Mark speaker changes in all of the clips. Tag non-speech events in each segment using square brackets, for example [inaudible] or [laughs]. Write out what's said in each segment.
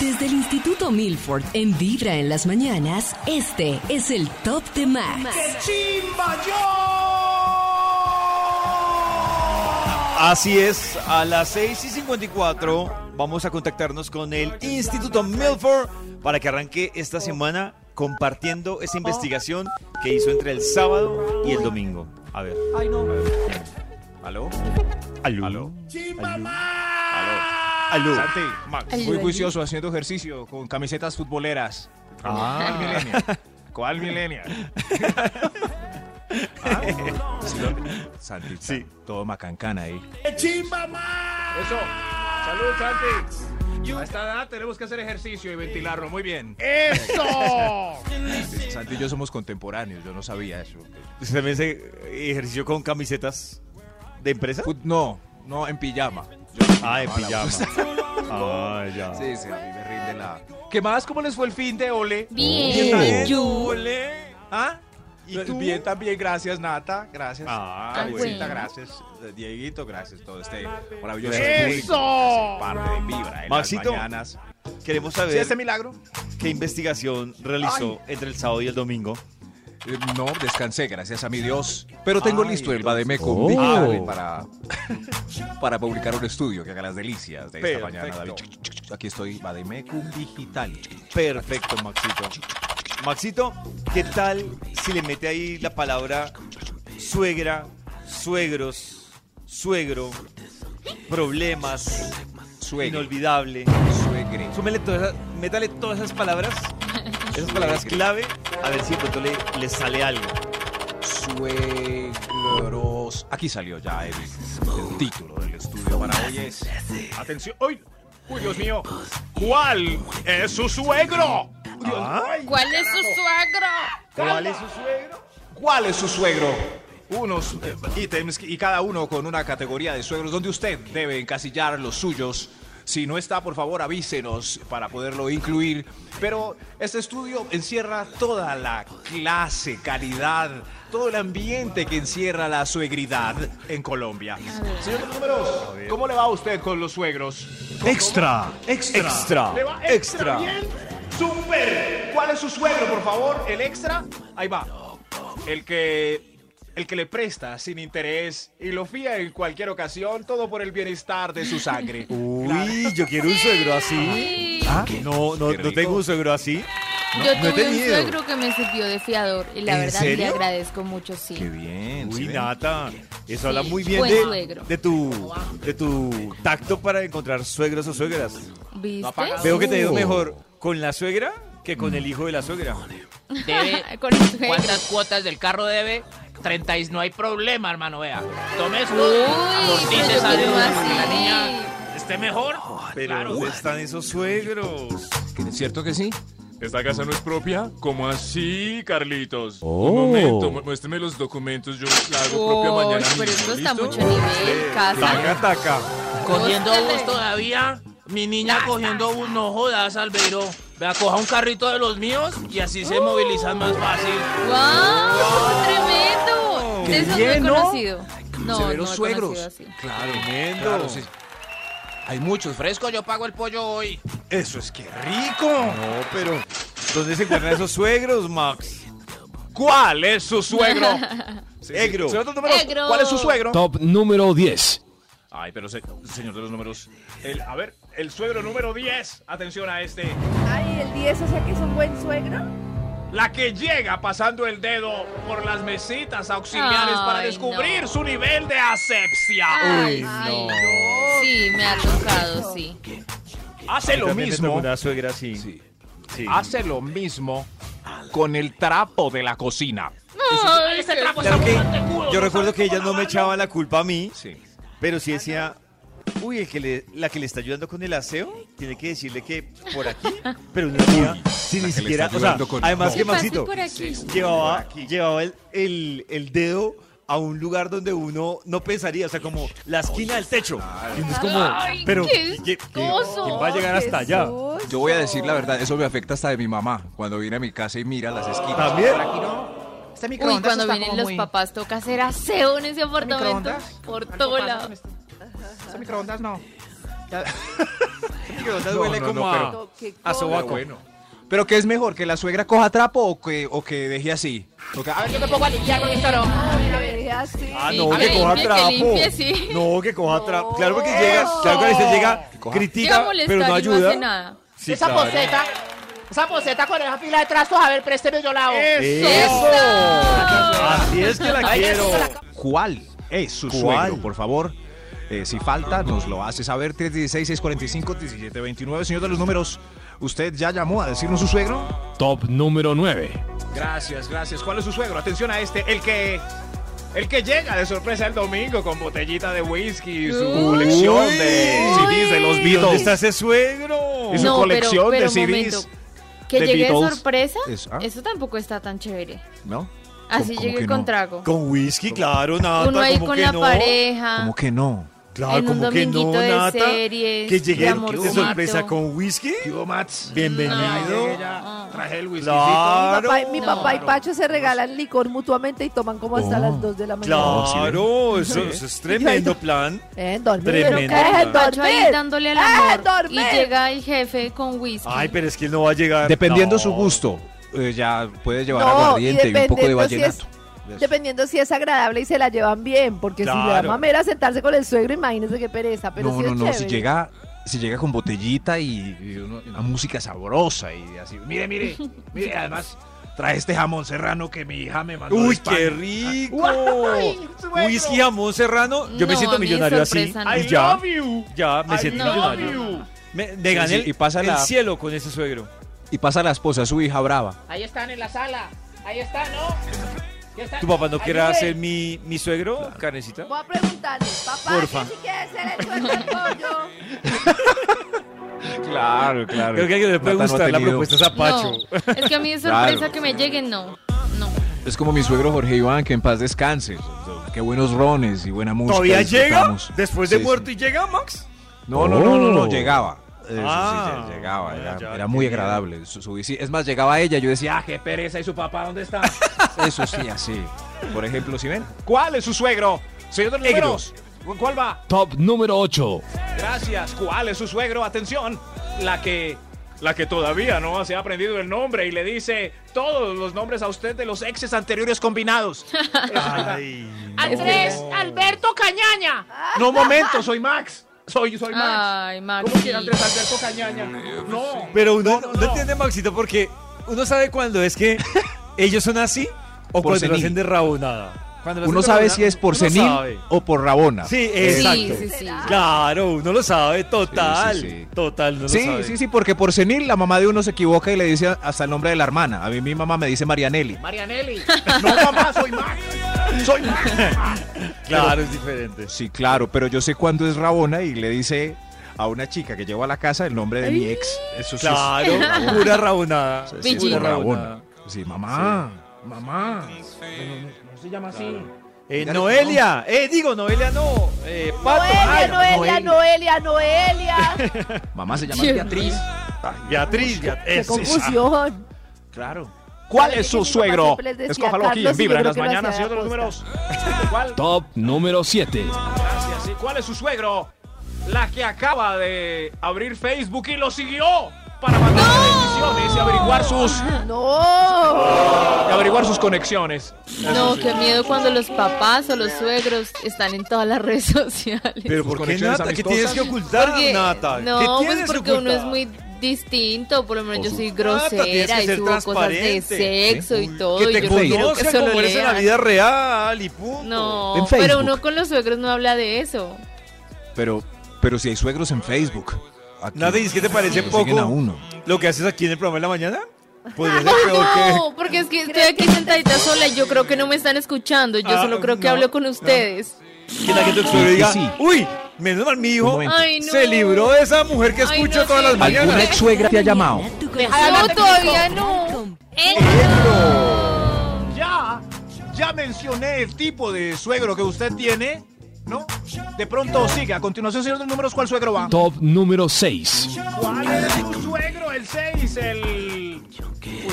Speaker 1: Desde el Instituto Milford en Vibra en las mañanas, este es el Top de Max.
Speaker 2: ¡Qué chimba yo!
Speaker 3: Así es, a las 6 y 54 vamos a contactarnos con el Instituto Milford para que arranque esta semana compartiendo esa investigación que hizo entre el sábado y el domingo. A ver.
Speaker 4: ¿Aló?
Speaker 3: Aló.
Speaker 4: ¿Aló?
Speaker 2: ¡Chimba
Speaker 3: Aló.
Speaker 2: Max!
Speaker 3: Aló.
Speaker 4: Santi, muy juicioso haciendo ejercicio con camisetas futboleras. ¿Cuál millennial? ¿Cuál millennial? Ah, sí lo- Santi,
Speaker 3: Sí.
Speaker 4: todo macancana ahí.
Speaker 2: ¡Qué chimba Max!
Speaker 4: Eso. Salud, Santi. A esta edad tenemos que hacer ejercicio y ventilarlo. Muy bien.
Speaker 2: ¡Eso!
Speaker 4: [laughs] Santi y yo somos contemporáneos. Yo no sabía eso.
Speaker 3: ¿Usted también se ejerció con camisetas de empresa?
Speaker 4: Fut- no, no, en pijama.
Speaker 3: Ah, en
Speaker 4: Ah, la
Speaker 3: pijama.
Speaker 4: puta.
Speaker 3: Ah, ya.
Speaker 4: Sí, sí, a mí me rinde la. ¿Qué más? ¿Cómo les fue el fin de Ole?
Speaker 5: Bien.
Speaker 4: Bien.
Speaker 5: Yo.
Speaker 4: Ole. ¿Ah?
Speaker 3: ¿Y tú?
Speaker 4: Bien, también, gracias, Nata. Gracias.
Speaker 3: Ah,
Speaker 4: Karencita,
Speaker 5: bueno.
Speaker 4: gracias. eh, Dieguito, gracias. Todo este maravilloso.
Speaker 2: ¡Eso!
Speaker 4: público que hace Parte de vibra. En
Speaker 3: Maxito.
Speaker 4: Las mañanas.
Speaker 3: Queremos
Speaker 4: ¿Sí,
Speaker 3: saber
Speaker 4: este milagro?
Speaker 3: qué investigación realizó entre el sábado y el domingo.
Speaker 4: Eh, No, descansé, gracias a mi Dios. Pero tengo
Speaker 3: Ay,
Speaker 4: listo el Bademecum
Speaker 3: Oh.
Speaker 4: Dictionary para, [laughs] para publicar un estudio que haga las delicias de esta mañana, David.
Speaker 3: Perfecto.
Speaker 4: Aquí estoy, Bademecum Digital.
Speaker 3: Perfecto, Maxito. Maxito, ¿qué tal si le mete ahí la palabra suegra, suegros, suegro, problemas,
Speaker 4: Suegre.
Speaker 3: inolvidable?
Speaker 4: Suegre.
Speaker 3: Súmele todas, esas- métale todas esas palabras, esas palabras clave, a ver si de pronto le, le sale algo.
Speaker 4: Suegros. Aquí salió ya el, el título del estudio para hoy. Es,
Speaker 2: Atención. ¡Uy! ¡Uy, Dios mío! ¿Cuál es su suegro? Ah.
Speaker 5: ¿Cuál es su suegro?
Speaker 3: ¿Cuál es su suegro?
Speaker 4: ¿Cuál es su suegro? Unos eh, ítems y cada uno con una categoría de suegros donde usted debe encasillar los suyos. Si no está, por favor, avísenos para poderlo incluir. Pero este estudio encierra toda la clase, calidad, todo el ambiente que encierra la suegridad en Colombia. Señor números, ¿cómo le va a usted con los suegros?
Speaker 2: Extra, extra.
Speaker 3: Extra,
Speaker 4: ¿Le va
Speaker 3: extra.
Speaker 4: bien? ¡Súper! ¿Cuál es su suegro, por favor? ¿El extra? Ahí va. El que... El que le presta sin interés y lo fía en cualquier ocasión, todo por el bienestar de su sangre.
Speaker 3: [laughs] Uy, yo quiero un suegro así. ¿Ah? No, no,
Speaker 4: Qué
Speaker 3: no
Speaker 4: rico.
Speaker 3: tengo un suegro así.
Speaker 5: Yo
Speaker 3: no he
Speaker 5: tuve un
Speaker 3: tenido.
Speaker 5: suegro que me sirvió de fiador y la
Speaker 3: ¿En
Speaker 5: verdad le
Speaker 3: serio?
Speaker 5: agradezco mucho, sí.
Speaker 4: bien.
Speaker 3: Uy, Nata, eso habla muy bien
Speaker 5: buen
Speaker 3: de,
Speaker 5: suegro.
Speaker 3: de tu, de tu tacto para encontrar suegros o suegras.
Speaker 5: ¿Viste?
Speaker 4: apagado.
Speaker 3: Veo que te veo mejor con la suegra que con el hijo de la suegra.
Speaker 5: [laughs]
Speaker 6: debe
Speaker 5: [laughs] Con el suegro.
Speaker 6: cuántas cuotas del carro debe 30 y no hay problema hermano vea tome esto
Speaker 5: Uy,
Speaker 6: por ti
Speaker 5: pero
Speaker 6: te
Speaker 5: yo
Speaker 6: sale
Speaker 5: no
Speaker 6: para que la
Speaker 5: así.
Speaker 6: niña esté mejor
Speaker 3: Pero
Speaker 6: claro
Speaker 3: ¿dónde están esos suegros?
Speaker 4: ¿Cierto que sí?
Speaker 7: ¿Esta casa no es propia? ¿Cómo así, Carlitos? Un
Speaker 2: Oh.
Speaker 7: momento, mu- muéstreme los documentos, yo la hago propia
Speaker 5: Uy,
Speaker 7: mañana
Speaker 5: pero
Speaker 7: mismo,
Speaker 5: esto está
Speaker 7: ¿listo?
Speaker 5: mucho nivel, casa.
Speaker 3: Taca, taca.
Speaker 6: cogiendo
Speaker 5: Búscale.
Speaker 6: bus todavía mi niña cogiendo bus no jodas Albeiro vea coja un carrito de los míos y así se movilizan más fácil
Speaker 5: ¡Wow! ¡Tremendo!
Speaker 3: Qué
Speaker 5: De esos
Speaker 3: bien,
Speaker 5: no
Speaker 3: ¿no?
Speaker 5: he conocido. No,
Speaker 4: Severos
Speaker 5: no he
Speaker 4: suegros.
Speaker 5: conocido así.
Speaker 4: Claro,
Speaker 3: Tremendo.
Speaker 4: claro, sí. Hay muchos
Speaker 6: fresco
Speaker 4: frescos.
Speaker 6: yo pago el pollo hoy
Speaker 4: Eso es que rico.
Speaker 3: No, pero ¿dónde se encuentran esos suegros, Max?
Speaker 7: ¿Cuál es su suegro?
Speaker 3: [laughs] Egro.
Speaker 4: Señor de los números,
Speaker 5: Negro.
Speaker 4: ¿cuál es su suegro?
Speaker 8: Top número 10.
Speaker 7: Ay, pero se- señor de los números.
Speaker 4: El- a ver, el suegro número 10. Atención a este.
Speaker 9: Ay, el 10, o sea que es un buen suegro.
Speaker 4: La que llega pasando el dedo por las mesitas auxiliares
Speaker 5: Ay,
Speaker 4: para descubrir
Speaker 5: no.
Speaker 4: su nivel de asepsia.
Speaker 5: Ay, sí. Ah, Sí, me ha tocado, sí.
Speaker 4: Hace
Speaker 3: Yo
Speaker 4: lo
Speaker 3: también tengo
Speaker 4: mismo.
Speaker 3: Una suegra así. Sí. Ah,
Speaker 4: Hace lo mismo con el trapo de la cocina.
Speaker 5: Ay,
Speaker 6: este
Speaker 5: qué
Speaker 6: trapo está
Speaker 3: Claro
Speaker 6: muy
Speaker 3: que
Speaker 6: mantecudo, no
Speaker 3: yo recuerdo
Speaker 6: sabe
Speaker 3: que ella
Speaker 6: cómo
Speaker 3: no me
Speaker 6: lavarlo.
Speaker 3: echaba la culpa a mí,
Speaker 4: Sí.
Speaker 3: pero sí decía, uy, el que le- la que le está ayudando con el aseo, tiene que decirle que por
Speaker 5: [laughs]
Speaker 3: aquí, pero no decía, si ni
Speaker 4: le
Speaker 3: siquiera,
Speaker 4: está
Speaker 3: o sea,
Speaker 4: ayudando con-
Speaker 3: además
Speaker 4: no.
Speaker 3: que
Speaker 4: Que
Speaker 5: pase
Speaker 3: Maxito,
Speaker 5: por aquí.
Speaker 3: llevaba, llevaba el, el- el dedo a un lugar donde uno no pensaría, o sea, como la esquina del techo. Y uno es como,
Speaker 5: Ay,
Speaker 3: pero
Speaker 5: qué
Speaker 3: ¿quién- quién-
Speaker 5: escoso.
Speaker 3: quién va a llegar hasta allá?
Speaker 4: Yo voy a decir la verdad, eso me afecta hasta de mi mamá, cuando viene a mi casa y mira las esquinas.
Speaker 3: ¿También?
Speaker 8: Por aquí no. Este microondas
Speaker 5: Uy, cuando
Speaker 8: está
Speaker 5: vienen
Speaker 8: como
Speaker 5: los
Speaker 8: muy-
Speaker 5: papás toca hacer aseo en ese apartamento.
Speaker 8: microondas?
Speaker 5: Por
Speaker 8: Algo
Speaker 5: todo
Speaker 8: pasa
Speaker 5: lado.
Speaker 8: con Este este microondas no. Ya-
Speaker 3: Microondas huele como a-
Speaker 9: Qué
Speaker 3: a
Speaker 9: cosa.
Speaker 3: sobaco.
Speaker 4: Pero ¿qué es mejor? ¿Que la suegra coja trapo o que, o que deje así? O que- a
Speaker 8: A ver,
Speaker 4: ver,
Speaker 8: yo me pongo a limpiar con esto, ¿no?
Speaker 9: Ay, la verdad, sí.
Speaker 3: Ah,
Speaker 5: Sí,
Speaker 3: no,
Speaker 5: que
Speaker 3: que coja
Speaker 5: limpie, que
Speaker 3: trapo.
Speaker 5: limpie, sí.
Speaker 3: No, que coja trapo. Claro porque llega, claro que usted llega,
Speaker 4: coja.
Speaker 5: Llega a
Speaker 3: critica,
Speaker 5: molestar
Speaker 3: pero no
Speaker 5: y no
Speaker 3: ayuda.
Speaker 5: hace nada.
Speaker 3: Sí,
Speaker 8: esa
Speaker 3: claro.
Speaker 8: poseta, esa poseta con esa fila de trastos, a ver, présteme yo la hago.
Speaker 3: ¡Eso! Así es que la quiero.
Speaker 4: ¿Cuál es su
Speaker 3: ¿Cuál?
Speaker 4: suegro? Por favor, eh, si falta, nos lo hace saber. 316-645-1729. Señor de los números, ¿usted ya llamó a decirnos su suegro?
Speaker 10: Top número 9.
Speaker 4: Gracias, gracias. ¿Cuál es su suegro? Atención a este, el que... El que llega de sorpresa el domingo con botellita de whisky y su
Speaker 5: Uy.
Speaker 4: colección de CDs de los
Speaker 3: ¿Y dónde
Speaker 4: Beatles.
Speaker 3: está ese suegro?
Speaker 4: Y su
Speaker 5: no,
Speaker 4: colección de
Speaker 5: pero, pero un
Speaker 4: CDs
Speaker 5: momento. Que
Speaker 4: de
Speaker 5: llegue de
Speaker 4: Beatles.
Speaker 5: sorpresa,
Speaker 4: Eso, ah.
Speaker 5: eso tampoco está tan chévere.
Speaker 4: ¿No?
Speaker 5: Así
Speaker 4: ¿Cómo Ah, que no?
Speaker 5: llegue con trago.
Speaker 3: Con whisky, claro, Nata.
Speaker 5: Uno ahí
Speaker 3: ¿cómo
Speaker 5: con
Speaker 3: que
Speaker 5: la
Speaker 3: no?
Speaker 5: pareja.
Speaker 4: ¿Cómo que no?
Speaker 3: Claro,
Speaker 5: en un
Speaker 3: ¿cómo que no,
Speaker 5: dominguito de
Speaker 3: Nata?
Speaker 5: series,
Speaker 3: que
Speaker 5: de
Speaker 3: llegué
Speaker 5: amor
Speaker 3: de
Speaker 5: tomato.
Speaker 3: sorpresa con whisky.
Speaker 4: Mats?
Speaker 3: Bienvenido.
Speaker 5: Ah.
Speaker 4: Traje el whisky.
Speaker 9: Mi
Speaker 3: Claro.
Speaker 9: papá, mi papá y Pacho se regalan licor mutuamente y toman como
Speaker 4: Oh.
Speaker 9: hasta las 2 de la mañana.
Speaker 3: Claro, eso, eso es tremendo plan.
Speaker 9: Eh, dormir.
Speaker 3: Tremendo.
Speaker 9: Eh,
Speaker 3: Pero
Speaker 5: Pacho ahí
Speaker 9: dormir.
Speaker 5: dándole al
Speaker 9: Eh,
Speaker 5: amor y
Speaker 9: dormir.
Speaker 5: llega el jefe con whisky.
Speaker 3: Ay, pero es que él no va a llegar.
Speaker 4: Dependiendo
Speaker 3: No.
Speaker 4: su gusto, eh, ya puede llevar
Speaker 9: No,
Speaker 4: aguardiente y, un poco de
Speaker 9: dependiendo si
Speaker 4: vallenato.
Speaker 9: es- Dependiendo si es agradable y se la llevan bien, porque si le da
Speaker 3: Claro.
Speaker 9: mamera sentarse con el suegro, imagínese qué pereza. Pero
Speaker 4: no,
Speaker 9: sí
Speaker 4: no,
Speaker 9: es
Speaker 4: no, si
Speaker 9: chévere.
Speaker 4: llega, si llega con botellita y, y uno- una música sabrosa y así. Mire, mire,
Speaker 9: [laughs]
Speaker 4: mire, además trae este jamón serrano que mi hija me mandó. de
Speaker 3: Uy,
Speaker 4: España.
Speaker 3: qué rico.
Speaker 8: [laughs]
Speaker 4: Ay, suegro.
Speaker 3: Whisky jamón serrano. Yo me
Speaker 5: No,
Speaker 3: siento
Speaker 5: a mí de
Speaker 3: millonario así.
Speaker 5: sorpresa no.
Speaker 3: Y
Speaker 5: I
Speaker 3: ya, ya me siento
Speaker 5: love
Speaker 3: millonario. Me, me gané
Speaker 4: sí,
Speaker 3: el-
Speaker 4: y pasa
Speaker 3: el
Speaker 4: la-
Speaker 3: cielo con ese suegro.
Speaker 4: Y pasa la esposa, su hija brava.
Speaker 8: Ahí están en la sala. Ahí están, ¿no? Aquí están.
Speaker 3: ¿Tu papá no
Speaker 8: Ahí
Speaker 3: quiera
Speaker 8: ven.
Speaker 3: ser mi, mi suegro, Karencita?
Speaker 9: Voy a preguntarle, papá,
Speaker 3: Porfa.
Speaker 9: ¿qué si quieres ser el suegro del pollo?
Speaker 4: Claro, claro.
Speaker 3: Creo que a alguien le puede
Speaker 4: Nata no ha
Speaker 3: gustar la
Speaker 4: tenido-
Speaker 3: propuesta es a Pacho.
Speaker 5: No, es que a mí de
Speaker 4: Claro.
Speaker 5: sorpresa que me lleguen, no. No.
Speaker 4: Es como mi suegro Jorge Iván, que en paz descanse. Qué buenos rones y buena música.
Speaker 3: ¿Todavía llega?
Speaker 4: disfrutamos.
Speaker 3: ¿Después de
Speaker 4: Sí,
Speaker 3: muerto
Speaker 4: sí.
Speaker 3: y llega, Max?
Speaker 4: No, no, no, no, no, llegaba. Eso
Speaker 3: Ah.
Speaker 4: sí, llegaba,
Speaker 3: Ya,
Speaker 4: era,
Speaker 3: ya,
Speaker 4: era muy
Speaker 3: qué bien.
Speaker 4: agradable. Su- su bici- es más, llegaba ella, yo decía, ah, qué pereza, ¿y su papá dónde [laughs] está? Eso sí, así. Por ejemplo, si ven? ¿Cuál es su suegro? Señor de los números, ¿cuál va?
Speaker 10: Top número 8.
Speaker 4: Gracias, ¿cuál es su suegro? Atención, la que...
Speaker 2: La que todavía no se ha aprendido el nombre y le dice todos los nombres a usted de los exes anteriores
Speaker 4: [laughs]
Speaker 2: combinados.
Speaker 3: Ay,
Speaker 8: Andrés, Alberto Cañaña.
Speaker 2: No, un momento, soy Max. Soy, soy Max.
Speaker 5: Ay, Max.
Speaker 2: ¿Cómo que Andrés Alberto Cañaña? No.
Speaker 3: Pero uno no, entiende, Maxito, porque uno sabe cuándo es
Speaker 4: [laughs]
Speaker 3: que ellos son así o cuando
Speaker 4: Por
Speaker 3: lo
Speaker 4: senil.
Speaker 3: hacen de rabonada. Cuando lo
Speaker 4: Uno
Speaker 3: hacen de
Speaker 4: sabe
Speaker 3: rabonada,
Speaker 4: si es por
Speaker 3: uno
Speaker 4: senil
Speaker 3: sabe.
Speaker 4: o por rabona.
Speaker 3: Sí,
Speaker 5: Sí,
Speaker 3: exacto.
Speaker 5: sí, sí.
Speaker 3: Claro, uno lo sabe total.
Speaker 4: Sí, sí, sí.
Speaker 3: Total, uno lo
Speaker 4: Sí,
Speaker 3: sabe.
Speaker 4: sí, sí, porque por senil la mamá de uno se equivoca y le dice hasta el nombre de la hermana. A mí mi mamá me dice Marianelli.
Speaker 8: Marianelli.
Speaker 4: No, mamá, soy Max. Soy Max.
Speaker 3: Claro, es diferente.
Speaker 4: [laughs] Sí, claro, pero yo sé cuándo es Rabona y le dice a una chica que llevo a la casa el nombre de mi ex. Eso pues sí. es-
Speaker 3: Claro,
Speaker 4: [laughs]
Speaker 3: pura rabonada.
Speaker 4: eso sí es
Speaker 5: Pillín.
Speaker 4: una
Speaker 3: Pura
Speaker 4: Rabona. Sí,
Speaker 2: Ah,
Speaker 4: mamá. Mamá.
Speaker 3: Eh, Noelia, eh, digo, Noelia no. Eh, Pato.
Speaker 9: Noelia,
Speaker 3: Ay,
Speaker 9: Noelia, Noelia, Noelia.
Speaker 4: Mamá se llama
Speaker 5: Dios
Speaker 4: Beatriz.
Speaker 3: Beatriz, Beat-
Speaker 9: Qué
Speaker 3: es- es-
Speaker 9: confusión.
Speaker 4: Claro. ¿Cuál
Speaker 9: Sabe
Speaker 4: es
Speaker 9: que mi
Speaker 4: su
Speaker 9: papá
Speaker 4: suegro?
Speaker 9: siempre les decía,
Speaker 4: Escójalo aquí en
Speaker 9: Carlos, y yo
Speaker 4: Vibra en
Speaker 9: creo
Speaker 4: las
Speaker 9: que lo hacía
Speaker 4: mañanas,
Speaker 9: de
Speaker 4: señor de los números.
Speaker 9: aposta. [laughs]
Speaker 2: ¿Cuál?
Speaker 10: Top número 7.
Speaker 2: Gracias. ¿Y cuál es su suegro? La que acaba de abrir Facebook y lo siguió para mandar bendiciones y averiguar sus,
Speaker 9: No.
Speaker 2: y averiguar sus conexiones.
Speaker 5: No, qué miedo cuando los papás o los suegros están en todas las [laughs] redes sociales.
Speaker 3: Pero ¿por qué
Speaker 4: conexiones
Speaker 3: Nata? ¿Qué
Speaker 4: amistosas?
Speaker 3: tienes que ocultar,
Speaker 5: Porque-
Speaker 3: Nata? ¿Qué
Speaker 5: No, pues
Speaker 3: tienes que
Speaker 5: porque uno
Speaker 3: ocultar?
Speaker 5: es muy distinto, por lo menos yo soy
Speaker 3: Nata, tienes
Speaker 5: grosera
Speaker 3: que
Speaker 5: y
Speaker 3: ser
Speaker 5: subo cosas de
Speaker 3: transparente.
Speaker 5: sexo y todo.
Speaker 3: Que
Speaker 5: y
Speaker 3: te
Speaker 5: yo no quiero que
Speaker 3: conozcan
Speaker 5: se lo
Speaker 3: como eres en la
Speaker 5: lean.
Speaker 3: vida real y punto.
Speaker 5: No,
Speaker 4: En Facebook.
Speaker 5: pero uno con los suegros no habla
Speaker 3: [laughs]
Speaker 5: de eso.
Speaker 4: Pero, pero si hay suegros en Facebook. Aquí
Speaker 3: Nata, ¿y es que te parece
Speaker 4: lo siguen a
Speaker 3: poco
Speaker 4: uno.
Speaker 3: lo que haces aquí en el programa de la mañana?
Speaker 5: [laughs]
Speaker 3: Podría ser peor que...
Speaker 5: No, porque es que estoy aquí sentadita sola y yo creo que no me están escuchando. Yo
Speaker 3: Ah,
Speaker 5: solo creo que
Speaker 3: no,
Speaker 5: hablo con
Speaker 3: no.
Speaker 5: ustedes.
Speaker 3: Que la gente te diga,
Speaker 4: Sí.
Speaker 3: uy, Menos mal, mi hijo
Speaker 5: momento. Ay, no.
Speaker 3: se libró de esa mujer que
Speaker 5: Ay,
Speaker 3: escucho
Speaker 5: no,
Speaker 3: todas
Speaker 5: sí.
Speaker 3: las mañanas.
Speaker 11: ¿Alguna ex-suegra te ha llamado?
Speaker 5: No, todavía no.
Speaker 4: Ya, ya mencioné el tipo de suegro que usted tiene, ¿no? De pronto sigue. A continuación, señor de números, ¿cuál suegro va?
Speaker 10: Top número 6.
Speaker 4: ¿Cuál es su suegro? El 6, el. Uy.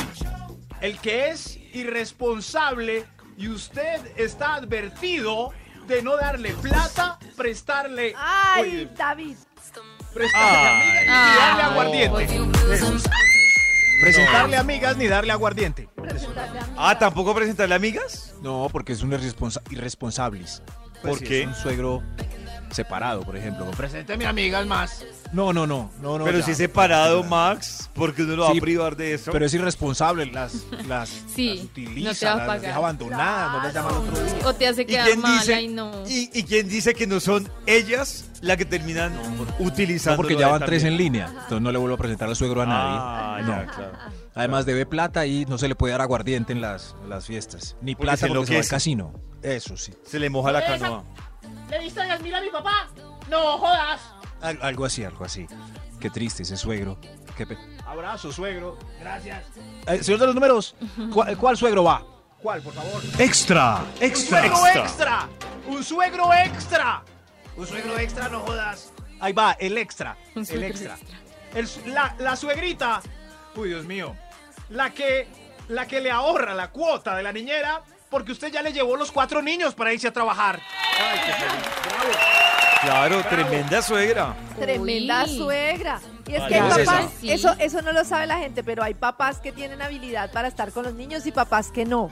Speaker 4: el que es irresponsable y usted está advertido de no darle plata, prestarle.
Speaker 9: Ay,
Speaker 4: Oye,
Speaker 9: David.
Speaker 4: prestarle amigas ni
Speaker 5: Ay.
Speaker 4: darle aguardiente. Presentarle amigas ni darle aguardiente.
Speaker 3: Ah, ¿tampoco presentarle amigas?
Speaker 4: No, porque es un irresponsa- irresponsables.
Speaker 3: Pues
Speaker 4: ¿Por
Speaker 3: sí,
Speaker 4: qué?
Speaker 3: es
Speaker 4: un suegro separado, por ejemplo. con presen-
Speaker 6: Presénteme amigas más.
Speaker 4: No, no, no, no, no.
Speaker 3: Pero
Speaker 4: ya.
Speaker 3: si separado, Max, porque uno lo va
Speaker 4: Sí,
Speaker 3: a privar de eso.
Speaker 4: Pero es irresponsable, las, las
Speaker 5: [laughs] Sí,
Speaker 4: utiliza,
Speaker 5: no te va a
Speaker 4: las deja
Speaker 5: pagar.
Speaker 4: abandonadas, no las llama al otro día.
Speaker 5: O te hace
Speaker 3: ¿Y
Speaker 5: quedar
Speaker 3: quién
Speaker 5: mal,
Speaker 3: dice?
Speaker 5: ay no.
Speaker 3: ¿Y, y quién dice que no son ellas las que terminan utilizando?
Speaker 4: No, porque ya van tres en línea, entonces no le vuelvo a presentar al suegro a nadie.
Speaker 3: Ah,
Speaker 4: No.
Speaker 3: ya, claro.
Speaker 4: Además debe plata y no se le puede dar aguardiente en las, en las fiestas. Ni
Speaker 3: Porque
Speaker 4: plata
Speaker 3: se
Speaker 4: en lo que es
Speaker 3: enloquece.
Speaker 4: casino. Eso sí.
Speaker 3: Se le moja la canoa.
Speaker 8: ¿Le diste 10 mil a mi papá? No jodas.
Speaker 4: Al- algo así, algo así. Qué triste ese suegro. Qué pe- Abrazo, suegro.
Speaker 8: Gracias.
Speaker 4: Eh, señor de los números, ¿cuál, cuál suegro va? ¿Cuál, por favor? Extra,
Speaker 8: Un suegro extra. Un suegro extra. Un suegro extra, no jodas.
Speaker 4: Ahí va, el extra.
Speaker 8: Un
Speaker 4: El
Speaker 8: suegro
Speaker 4: extra. El su- la, la suegrita. Uy, Dios mío. La que, la que le ahorra la cuota de la niñera porque usted ya le llevó los cuatro niños para irse a trabajar.
Speaker 3: Claro, tremenda suegra.
Speaker 9: Tremenda
Speaker 5: Uy.
Speaker 9: suegra. Y es
Speaker 3: Ay,
Speaker 9: que hay
Speaker 3: no es
Speaker 9: papás,
Speaker 5: esa.
Speaker 9: eso, eso no lo sabe la gente, pero hay papás que tienen habilidad para estar con los niños y papás que no.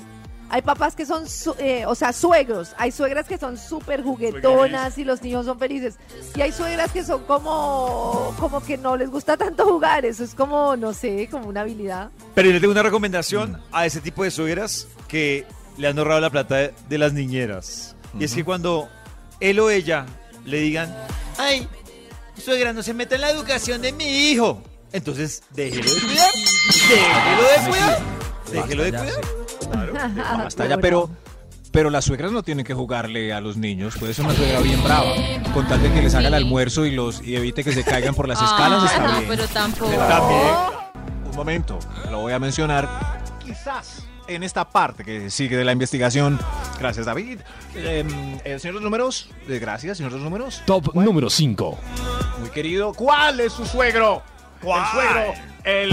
Speaker 9: Hay papás que son, su- eh, o sea, suegros. Hay suegras que son súper juguetonas y los niños son felices. Y hay suegras que son como, como que no les gusta tanto jugar. Eso es como, no sé, como una habilidad.
Speaker 3: Pero yo le tengo una recomendación a ese tipo de suegras que le han ahorrado la plata de, de las niñeras. Y es que cuando él o ella le digan, ay, suegra, no se meta en la educación de mi hijo. Entonces, déjelo de cuidar. Déjelo
Speaker 8: Pues,
Speaker 3: de cuidar. Déjelo de cuidar.
Speaker 4: Hasta allá, pero, pero las suegras no tienen que jugarle a los niños. Puede ser una suegra bien brava. Con tal de que les haga el almuerzo y, los, y evite que se caigan por las escalas,
Speaker 5: Ah,
Speaker 4: está
Speaker 5: no,
Speaker 4: bien.
Speaker 5: pero tampoco.
Speaker 4: Un momento, lo voy a mencionar. Quizás en esta parte que sigue de la investigación. Gracias, David. Em, eh, señor de los números, eh, gracias, señor de los números.
Speaker 10: Top número 5.
Speaker 4: Muy querido, ¿cuál es su suegro? El suegro, el,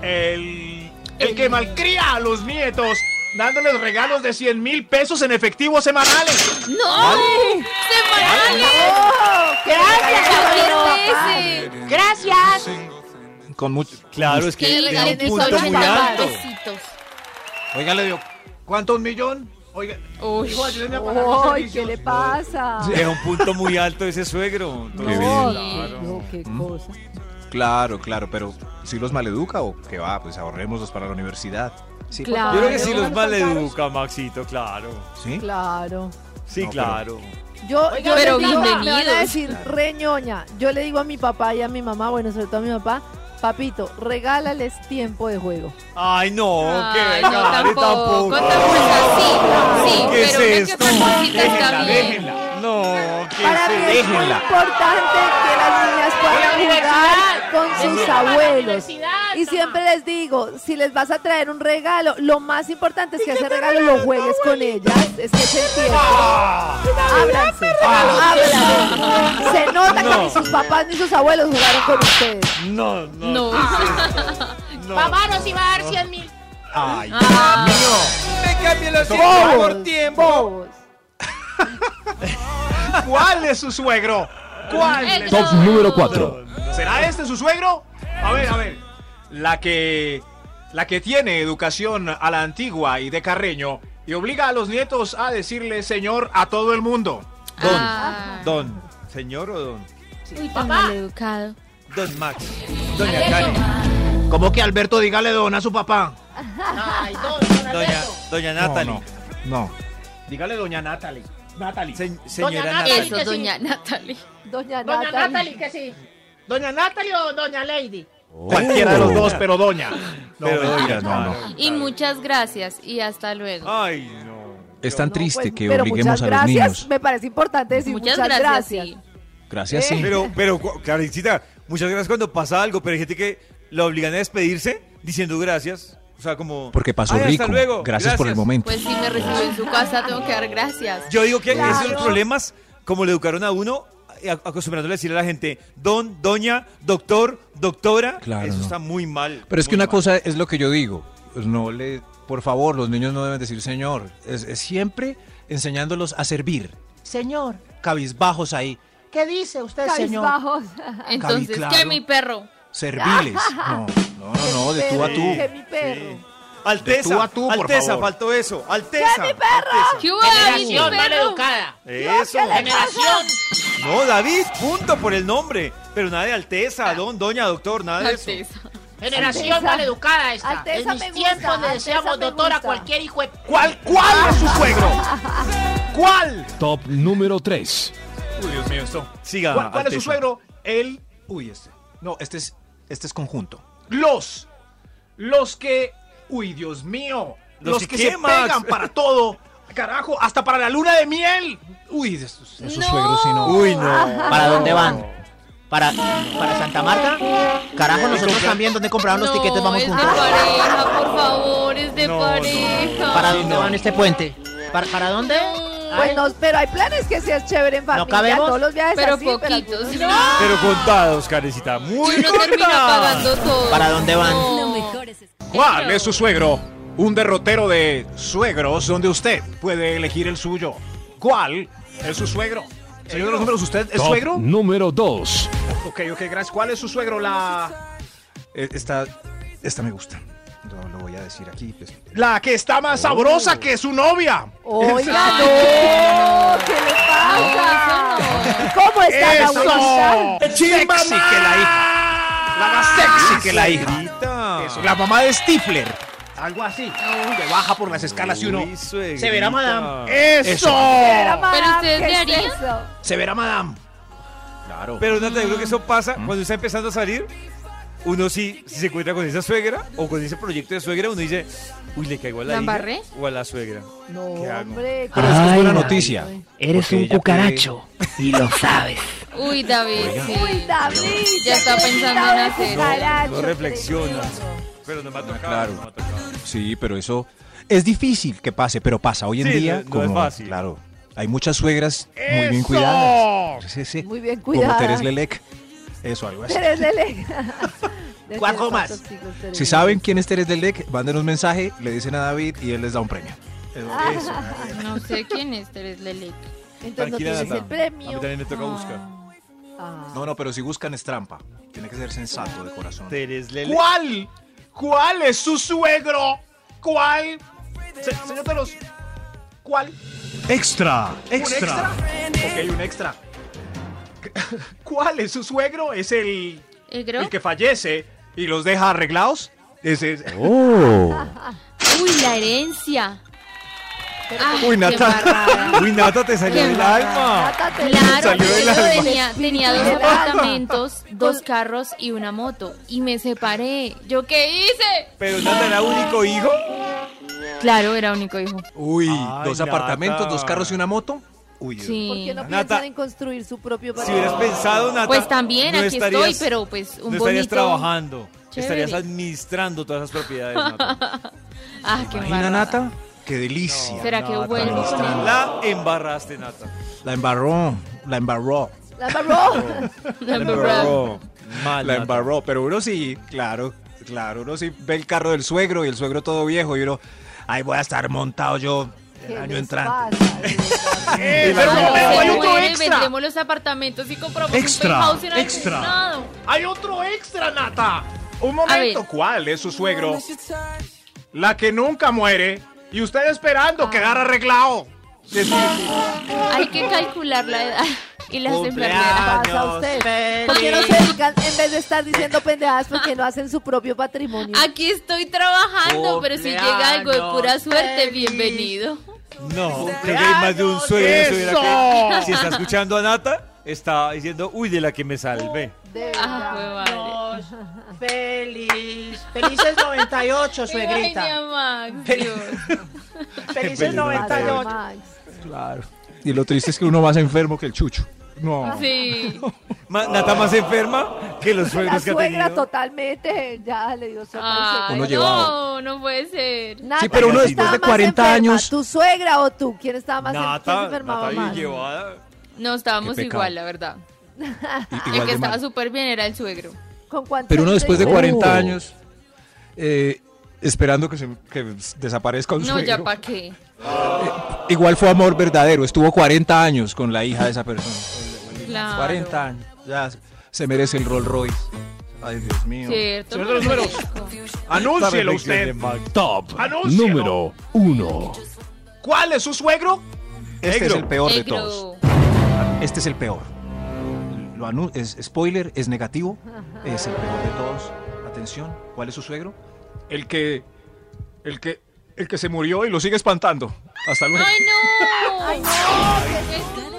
Speaker 4: el, el que malcría a los nietos, dándoles regalos de 100 mil pesos en efectivo semanales.
Speaker 5: ¡No! ¡Semanales!
Speaker 9: ¡Gracias!
Speaker 5: ¡Ese!
Speaker 8: Gracias.
Speaker 4: Con mucho.
Speaker 3: Claro, es que
Speaker 5: Que le
Speaker 3: le da un
Speaker 5: regalen esos
Speaker 3: punto muy alto.
Speaker 5: besitos.
Speaker 4: Oiga, le dio. ¿Cuánto? ¿Un millón? Oiga.
Speaker 5: Uy.
Speaker 4: hijo, ayúdeme a pagar los
Speaker 9: ¡Ay, qué
Speaker 4: servicios.
Speaker 9: le pasa!
Speaker 3: Es un punto muy alto ese suegro. Entonces,
Speaker 9: No,
Speaker 3: claro.
Speaker 9: no, qué cosa.
Speaker 4: Claro, claro, pero si los maleduca o qué va, pues ahorrémoslos para la universidad. Sí, por
Speaker 5: Claro.
Speaker 3: Yo creo que sí los
Speaker 9: Son caros.
Speaker 3: maleduca, Maxito, claro.
Speaker 4: favor. ¿Sí?
Speaker 9: Claro.
Speaker 3: Sí,
Speaker 4: No, pero-
Speaker 3: claro.
Speaker 9: Yo,
Speaker 5: Oiga,
Speaker 9: yo
Speaker 5: pero
Speaker 9: les digo, me van a
Speaker 5: bienvenidos.
Speaker 9: decir reñoña. Yo le digo a mi papá y a mi mamá, bueno, sobre todo a mi papá, papito, regálales tiempo de juego.
Speaker 3: Ay, no, qué
Speaker 5: Ay, no,
Speaker 3: regale,
Speaker 5: tampoco.
Speaker 3: tampoco.
Speaker 5: tampoco es así. Sí,
Speaker 3: ¿Qué
Speaker 5: pero
Speaker 3: es
Speaker 5: una que
Speaker 3: esto?
Speaker 5: otra cosita está
Speaker 3: Déjenla,
Speaker 5: bien.
Speaker 3: déjenla. No, que
Speaker 9: Para
Speaker 3: se
Speaker 9: mí es muy
Speaker 3: déjenla.
Speaker 9: importante que las niñas puedan jugar con sus abuelos. Y siempre les digo, si les vas a traer un regalo, lo más importante es que ese regalo lo juegues con ellas. Es que se entiende. Ábranse,
Speaker 5: Ah,
Speaker 9: ábranse. Se nota que ni sus papás ni sus abuelos jugaron con ustedes.
Speaker 3: No, no.
Speaker 5: No.
Speaker 3: Ah.
Speaker 5: [laughs]
Speaker 3: no.
Speaker 8: Papá nos iba a dar 100 mil.
Speaker 4: Ay,
Speaker 5: Ah.
Speaker 3: Me cambié los
Speaker 4: ¡Bobos!
Speaker 3: por tiempo.
Speaker 9: Bobos.
Speaker 4: [laughs] ¿Cuál es su suegro? ¿Cuál?
Speaker 5: El
Speaker 4: es-
Speaker 10: Top
Speaker 5: Eh, no.
Speaker 10: número 4.
Speaker 4: ¿Será este su suegro? A ver, a ver. La que la que tiene educación a la antigua y de Carreño y obliga a los nietos a decirle señor a todo el mundo.
Speaker 5: Ah.
Speaker 3: Don, don, señor o don.
Speaker 5: Uy, tan maleducado.
Speaker 3: Don Max, doña Karen,
Speaker 4: ¿Cómo que Alberto dígale don a su papá?
Speaker 8: Ay, dos, don
Speaker 3: doña,
Speaker 8: Alberto.
Speaker 3: doña Natalie,
Speaker 4: No.
Speaker 8: Dígale doña Natalie. Natalie.
Speaker 3: se- señora
Speaker 8: Doña
Speaker 3: Natalie.
Speaker 8: Natalie.
Speaker 5: Eso,
Speaker 8: que sí.
Speaker 5: doña Natalie.
Speaker 9: Doña
Speaker 8: Doña
Speaker 9: Natalie.
Speaker 8: Natalie, que sí. Doña Natalie o doña Lady.
Speaker 4: Cualquiera de los dos, pero doña. No,
Speaker 3: Pero doña,
Speaker 4: mentira, no, no.
Speaker 3: claro.
Speaker 5: Y muchas gracias y hasta luego.
Speaker 3: Ay, no.
Speaker 4: Es tan
Speaker 9: No,
Speaker 4: triste
Speaker 9: pues,
Speaker 4: que
Speaker 9: pero
Speaker 4: obliguemos
Speaker 9: muchas
Speaker 4: a los
Speaker 9: gracias,
Speaker 4: niños.
Speaker 9: Me parece importante decir
Speaker 5: Muchas
Speaker 9: muchas,
Speaker 5: gracias,
Speaker 9: gracias.
Speaker 5: sí.
Speaker 4: Gracias, sí.
Speaker 3: Pero, pero, cu- Karencita, muchas gracias cuando pasa algo, pero hay gente que la obligan a despedirse diciendo gracias. O sea, como.
Speaker 4: Porque pasó
Speaker 3: "Ay,
Speaker 4: rico.
Speaker 3: Hasta luego.
Speaker 4: Gracias por el momento.
Speaker 5: Pues si me recibió en su casa, tengo que dar gracias.
Speaker 3: Yo digo que esos son
Speaker 5: Claro.
Speaker 3: los problemas, como le educaron a uno, a- acostumbrándole a decirle a la gente, don, doña, doctor, doctora.
Speaker 4: Claro,
Speaker 3: Eso
Speaker 4: no.
Speaker 3: está muy mal.
Speaker 4: Pero es que
Speaker 3: muy
Speaker 4: una
Speaker 3: mal.
Speaker 4: cosa es lo que yo digo. pues No le, por favor, los niños no deben decir señor. Es, es siempre enseñándolos a servir.
Speaker 11: Señor,
Speaker 4: Cabizbajos ahí.
Speaker 11: ¿qué dice usted, señor?
Speaker 9: Cabizbajos.
Speaker 4: Entonces, Cabi, claro. ¿qué, mi
Speaker 11: perro?
Speaker 4: Serviles. No, no, no, no, de tú a tú.
Speaker 9: Que mi perro.
Speaker 3: Alteza,
Speaker 4: De tú a tú, por
Speaker 3: Alteza,
Speaker 4: favor.
Speaker 3: faltó eso. Alteza.
Speaker 9: ¡Que mi perro!
Speaker 11: ¿Qué hubo, David, mi
Speaker 5: Generación mal
Speaker 11: perro?
Speaker 5: educada.
Speaker 3: Eso.
Speaker 5: Generación.
Speaker 3: No, David, punto por el nombre. Pero nada de Alteza, don, doña, doctor, nada de eso.
Speaker 11: Generación
Speaker 9: Alteza.
Speaker 11: mal educada esta.
Speaker 9: Alteza
Speaker 11: en
Speaker 9: me
Speaker 11: mis
Speaker 9: gusta,
Speaker 11: tiempos
Speaker 9: Alteza
Speaker 11: le decíamos
Speaker 9: me
Speaker 11: doctor a
Speaker 9: gusta.
Speaker 11: cualquier hijo de...
Speaker 4: ¿Cuál, cuál es su suegro? ¿Cuál?
Speaker 10: Top número 3.
Speaker 7: Uy, Dios mío, esto.
Speaker 3: Siga.
Speaker 4: ¿Cuál, cuál es su
Speaker 3: Alteza.
Speaker 4: suegro? Él. Uy, este. No, este es, este es conjunto.
Speaker 8: Los. Los que. Uy, Dios mío.
Speaker 3: Los
Speaker 8: Los,
Speaker 3: que
Speaker 8: que,
Speaker 3: qué,
Speaker 8: se
Speaker 3: Max?
Speaker 8: pegan
Speaker 7: [laughs]
Speaker 8: para todo. Carajo, hasta para la luna de miel. Uy, estos,
Speaker 11: No.
Speaker 8: esos suegros, si no.
Speaker 3: Uy, no.
Speaker 11: ¿Para
Speaker 9: Ah.
Speaker 11: dónde van? ¿Para, para Santa Marta? Carajo, nosotros también, ¿dónde compraron los
Speaker 5: No,
Speaker 11: tiquetes? Vamos
Speaker 5: es
Speaker 11: juntos.
Speaker 5: de pareja, por favor, es de
Speaker 3: No, no,
Speaker 5: pareja.
Speaker 11: ¿Para dónde van este puente? ¿Para, para dónde? Ay,
Speaker 9: Bueno, pero hay planes que sí es chévere en familia.
Speaker 11: cabemos?
Speaker 9: Todos los viajes
Speaker 5: Pero
Speaker 9: así,
Speaker 4: [laughs]
Speaker 5: poquitos.
Speaker 9: algunos
Speaker 5: No.
Speaker 9: no.
Speaker 3: Pero contados, carecita. Muy
Speaker 5: Y uno termina pagando todo.
Speaker 11: ¿Para dónde van?
Speaker 5: No.
Speaker 4: ¿Cuál es su suegro? Un derrotero de suegros donde usted puede elegir el suyo. ¿Cuál es su suegro? Señor de los números, ¿usted es
Speaker 10: Top
Speaker 4: suegro?
Speaker 10: número 2.
Speaker 4: Ok, ok, gracias. ¿Cuál es su suegro? La. eh, Esta. Esta me gusta. No lo voy a decir aquí. pues. La que está más sabrosa que su novia.
Speaker 9: Oiga,
Speaker 5: Ay,
Speaker 9: no. ¿Qué le
Speaker 5: No,
Speaker 9: pasa?
Speaker 5: eso no.
Speaker 9: ¿Cómo está la abuelita?
Speaker 4: ¡Eso! Sexy que la hija. La más
Speaker 3: Ah,
Speaker 4: sexy que la hija. Eso, La mamá de Stifler.
Speaker 8: Algo así.
Speaker 4: Que baja por las escalas y uno.
Speaker 8: Se verá, madame.
Speaker 4: ¡Eso!
Speaker 9: Era, madame,
Speaker 5: ustedes
Speaker 9: ¿qué
Speaker 5: le
Speaker 9: es
Speaker 5: harían?
Speaker 9: eso?
Speaker 4: Se verá, madame. Claro.
Speaker 3: Pero Nata, yo creo que eso pasa cuando [laughs] está empezando a salir. Uno sí, si se encuentra con esa suegra o con ese proyecto de suegra, uno dice, uy, le caigo a la,
Speaker 5: ¿La
Speaker 3: hija
Speaker 5: embarré?
Speaker 3: o a la suegra.
Speaker 9: No,
Speaker 3: ¿Qué hago?
Speaker 9: hombre.
Speaker 4: Pero es que es
Speaker 11: Ay,
Speaker 4: buena
Speaker 11: David.
Speaker 4: noticia.
Speaker 11: Eres
Speaker 4: Porque
Speaker 11: un
Speaker 4: ella puede-
Speaker 11: cucaracho y lo sabes.
Speaker 5: Uy, David, sí.
Speaker 9: Uy, David.
Speaker 5: Ya está
Speaker 9: qué
Speaker 5: pensando
Speaker 9: pintado
Speaker 5: en
Speaker 9: de
Speaker 5: hacer.
Speaker 9: cucaracho,
Speaker 3: No reflexionas.
Speaker 9: tremendo.
Speaker 3: Pero no me ha tocado.
Speaker 4: claro.
Speaker 3: no me ha tocado.
Speaker 4: Sí, pero eso es difícil que pase, pero pasa hoy en
Speaker 3: Sí,
Speaker 4: día.
Speaker 3: no- no es fácil.
Speaker 4: Claro, hay muchas suegras muy bien cuidadas. Sí, sí.
Speaker 9: Muy bien
Speaker 4: Como
Speaker 9: cuidada.
Speaker 4: Teres Lelec. Eso, algo así.
Speaker 9: Teres [laughs] Lele.
Speaker 8: Cuatro más.
Speaker 4: Si saben quién es Teres Lelec, manden un mensaje, le dicen a David y él les da un premio. Eso,
Speaker 9: [laughs]
Speaker 4: eso. eh,
Speaker 5: No sé quién es Teres Lelec.
Speaker 9: Entonces Ah, no
Speaker 3: Tranquila,
Speaker 9: tienes
Speaker 3: Nata.
Speaker 9: el
Speaker 3: A mí
Speaker 9: premio.
Speaker 3: también me toca
Speaker 5: Ah.
Speaker 3: buscar.
Speaker 9: Ah.
Speaker 4: No, no, pero si buscan es trampa. Tiene que ser sensato de corazón.
Speaker 3: Teres Lele.
Speaker 8: ¿Cuál? ¿Cuál es su suegro? ¿Cuál? Se- señor de los. ¿Cuál?
Speaker 10: Extra,
Speaker 8: ¿Un extra? Ok, un extra. [laughs] ¿Cuál es su suegro? ¿Es el,
Speaker 5: ¿El gro?
Speaker 8: el que fallece y los deja arreglados? Ese es-
Speaker 5: Uy, la herencia. Ay,
Speaker 4: Uy,
Speaker 5: qué
Speaker 4: Oh. Nata.
Speaker 11: [laughs]
Speaker 5: embarrada.
Speaker 3: Uy, Nata, te salió
Speaker 5: Qué
Speaker 3: del
Speaker 5: embarrada.
Speaker 3: alma.
Speaker 9: Nata, te-
Speaker 5: Claro,
Speaker 3: Salió del
Speaker 5: porque yo
Speaker 3: alma.
Speaker 11: [laughs]
Speaker 5: tenía, tenía dos
Speaker 9: Del alma.
Speaker 5: apartamentos, dos carros y una moto. Y me separé. ¿Yo qué hice?
Speaker 3: Pero Nata era único hijo.
Speaker 5: Claro, era único hijo.
Speaker 4: Uy,
Speaker 3: Ay,
Speaker 4: dos
Speaker 3: Nata.
Speaker 4: apartamentos, dos carros y una moto. Uy,
Speaker 9: ¿Por
Speaker 5: Sí.
Speaker 9: qué no
Speaker 3: Nata.
Speaker 9: piensan en construir su propio
Speaker 3: Si hubieras
Speaker 9: patrimonio?
Speaker 3: pensado, Nata.
Speaker 5: Pues también,
Speaker 3: no
Speaker 5: aquí estoy,
Speaker 3: estarías-
Speaker 5: pero pues un
Speaker 3: No estarías
Speaker 5: bonito.
Speaker 3: trabajando.
Speaker 5: Chévere.
Speaker 3: Estarías administrando todas esas propiedades, [laughs] Nata.
Speaker 5: Ah, qué
Speaker 4: Imagina,
Speaker 5: embarrada.
Speaker 4: Nata. Qué delicia.
Speaker 5: ¿Será que vuelvo con él?
Speaker 3: La embarraste, Nata.
Speaker 4: La embarró, la embarró.
Speaker 9: La barró.
Speaker 5: La embarrada.
Speaker 3: Mal,
Speaker 4: La
Speaker 3: Nata.
Speaker 4: embarró, pero uno sí, claro, claro, uno sí ve el carro del suegro y el suegro todo viejo y uno, ahí voy a estar montado yo el
Speaker 9: [laughs] ¿Qué
Speaker 4: año
Speaker 9: les
Speaker 4: entrante.
Speaker 9: pasa, de verdad?
Speaker 8: ¡Eh,
Speaker 5: Ay,
Speaker 8: pero
Speaker 5: se
Speaker 8: pero hay otro
Speaker 5: muere,
Speaker 8: extra.
Speaker 5: Vendemos los apartamentos y compramos
Speaker 10: Extra,
Speaker 5: un penthouse en algún
Speaker 10: extra.
Speaker 5: lado.
Speaker 8: Hay otro extra, Nata. Un momento,
Speaker 5: ver.
Speaker 8: ¿cuál es su suegro? La que nunca muere y usted esperando
Speaker 9: Ah.
Speaker 8: quedar arreglado.
Speaker 5: Hay que calcular la edad y las enfermeras.
Speaker 9: pasa a usted? ¿Por qué no se dedican, en vez de estar diciendo pendejadas, por qué no hacen su propio patrimonio?
Speaker 5: Aquí estoy trabajando, pero si llega algo de pura suerte, bienvenido.
Speaker 3: No, creo que hay más de un suegro. y una suegra que- si está escuchando a Nata, está diciendo, uy, de la que me salvé.
Speaker 9: De
Speaker 5: Ah,
Speaker 9: verdad.
Speaker 5: fue madre.
Speaker 11: Feliz. Felices 98,
Speaker 5: Ay,
Speaker 11: suegrita.
Speaker 5: Max, Dios.
Speaker 11: Felices
Speaker 9: Pasa,
Speaker 11: 98.
Speaker 9: Max.
Speaker 4: Claro. Y lo triste es que uno más enfermo que el chucho. No.
Speaker 5: Sí.
Speaker 3: Ma- Nata más enferma que los
Speaker 9: La
Speaker 3: suegros que ha
Speaker 9: suegra
Speaker 3: tenido.
Speaker 9: totalmente, ya le dio sopa al seco.
Speaker 5: Ay,
Speaker 3: Uno
Speaker 5: no,
Speaker 3: llevado.
Speaker 5: no puede ser.
Speaker 9: Nata,
Speaker 3: Sí, pero
Speaker 9: ¿quién
Speaker 3: uno
Speaker 9: estaba
Speaker 3: después de
Speaker 9: más
Speaker 3: 40
Speaker 9: enferma?
Speaker 3: años-
Speaker 9: ¿Tu suegra o tú? ¿Quién estaba
Speaker 3: Ah,
Speaker 9: más, en- quién se
Speaker 3: Nata,
Speaker 9: enfermaba
Speaker 3: Nata bien
Speaker 9: más?
Speaker 3: llevada.
Speaker 5: No, estábamos
Speaker 12: Qué pecado.
Speaker 5: igual, la verdad. el
Speaker 12: igual
Speaker 5: que
Speaker 12: de
Speaker 5: estaba
Speaker 12: mal.
Speaker 5: súper bien era el suegro.
Speaker 9: ¿Con cuántos
Speaker 12: Pero uno después de
Speaker 9: años?
Speaker 12: 40 años,
Speaker 4: eh, esperando que, se- que desaparezca un
Speaker 5: No,
Speaker 4: suegro.
Speaker 5: ya para qué.
Speaker 4: Igual fue amor verdadero. Estuvo 40 años con la hija de esa persona.
Speaker 5: Claro.
Speaker 4: 40 años. Ya se merece el Rolls Royce. Ay, Dios mío.
Speaker 5: Cierto.
Speaker 8: Señor de los números,
Speaker 4: Anúncielo
Speaker 8: anúncielo
Speaker 4: usted.
Speaker 8: usted.
Speaker 10: Top
Speaker 8: Anúncielo.
Speaker 10: número 1.
Speaker 8: ¿Cuál es su suegro?
Speaker 4: Este es
Speaker 8: Negro.
Speaker 4: el peor de
Speaker 8: Negro.
Speaker 4: todos. Este es el peor. Lo anu- es, spoiler, es negativo. Es el peor de todos. Atención, ¿cuál es su suegro? El que. El que. El que se murió y lo sigue espantando. Hasta luego.
Speaker 5: ¡Ay, no! ¡Ay, no!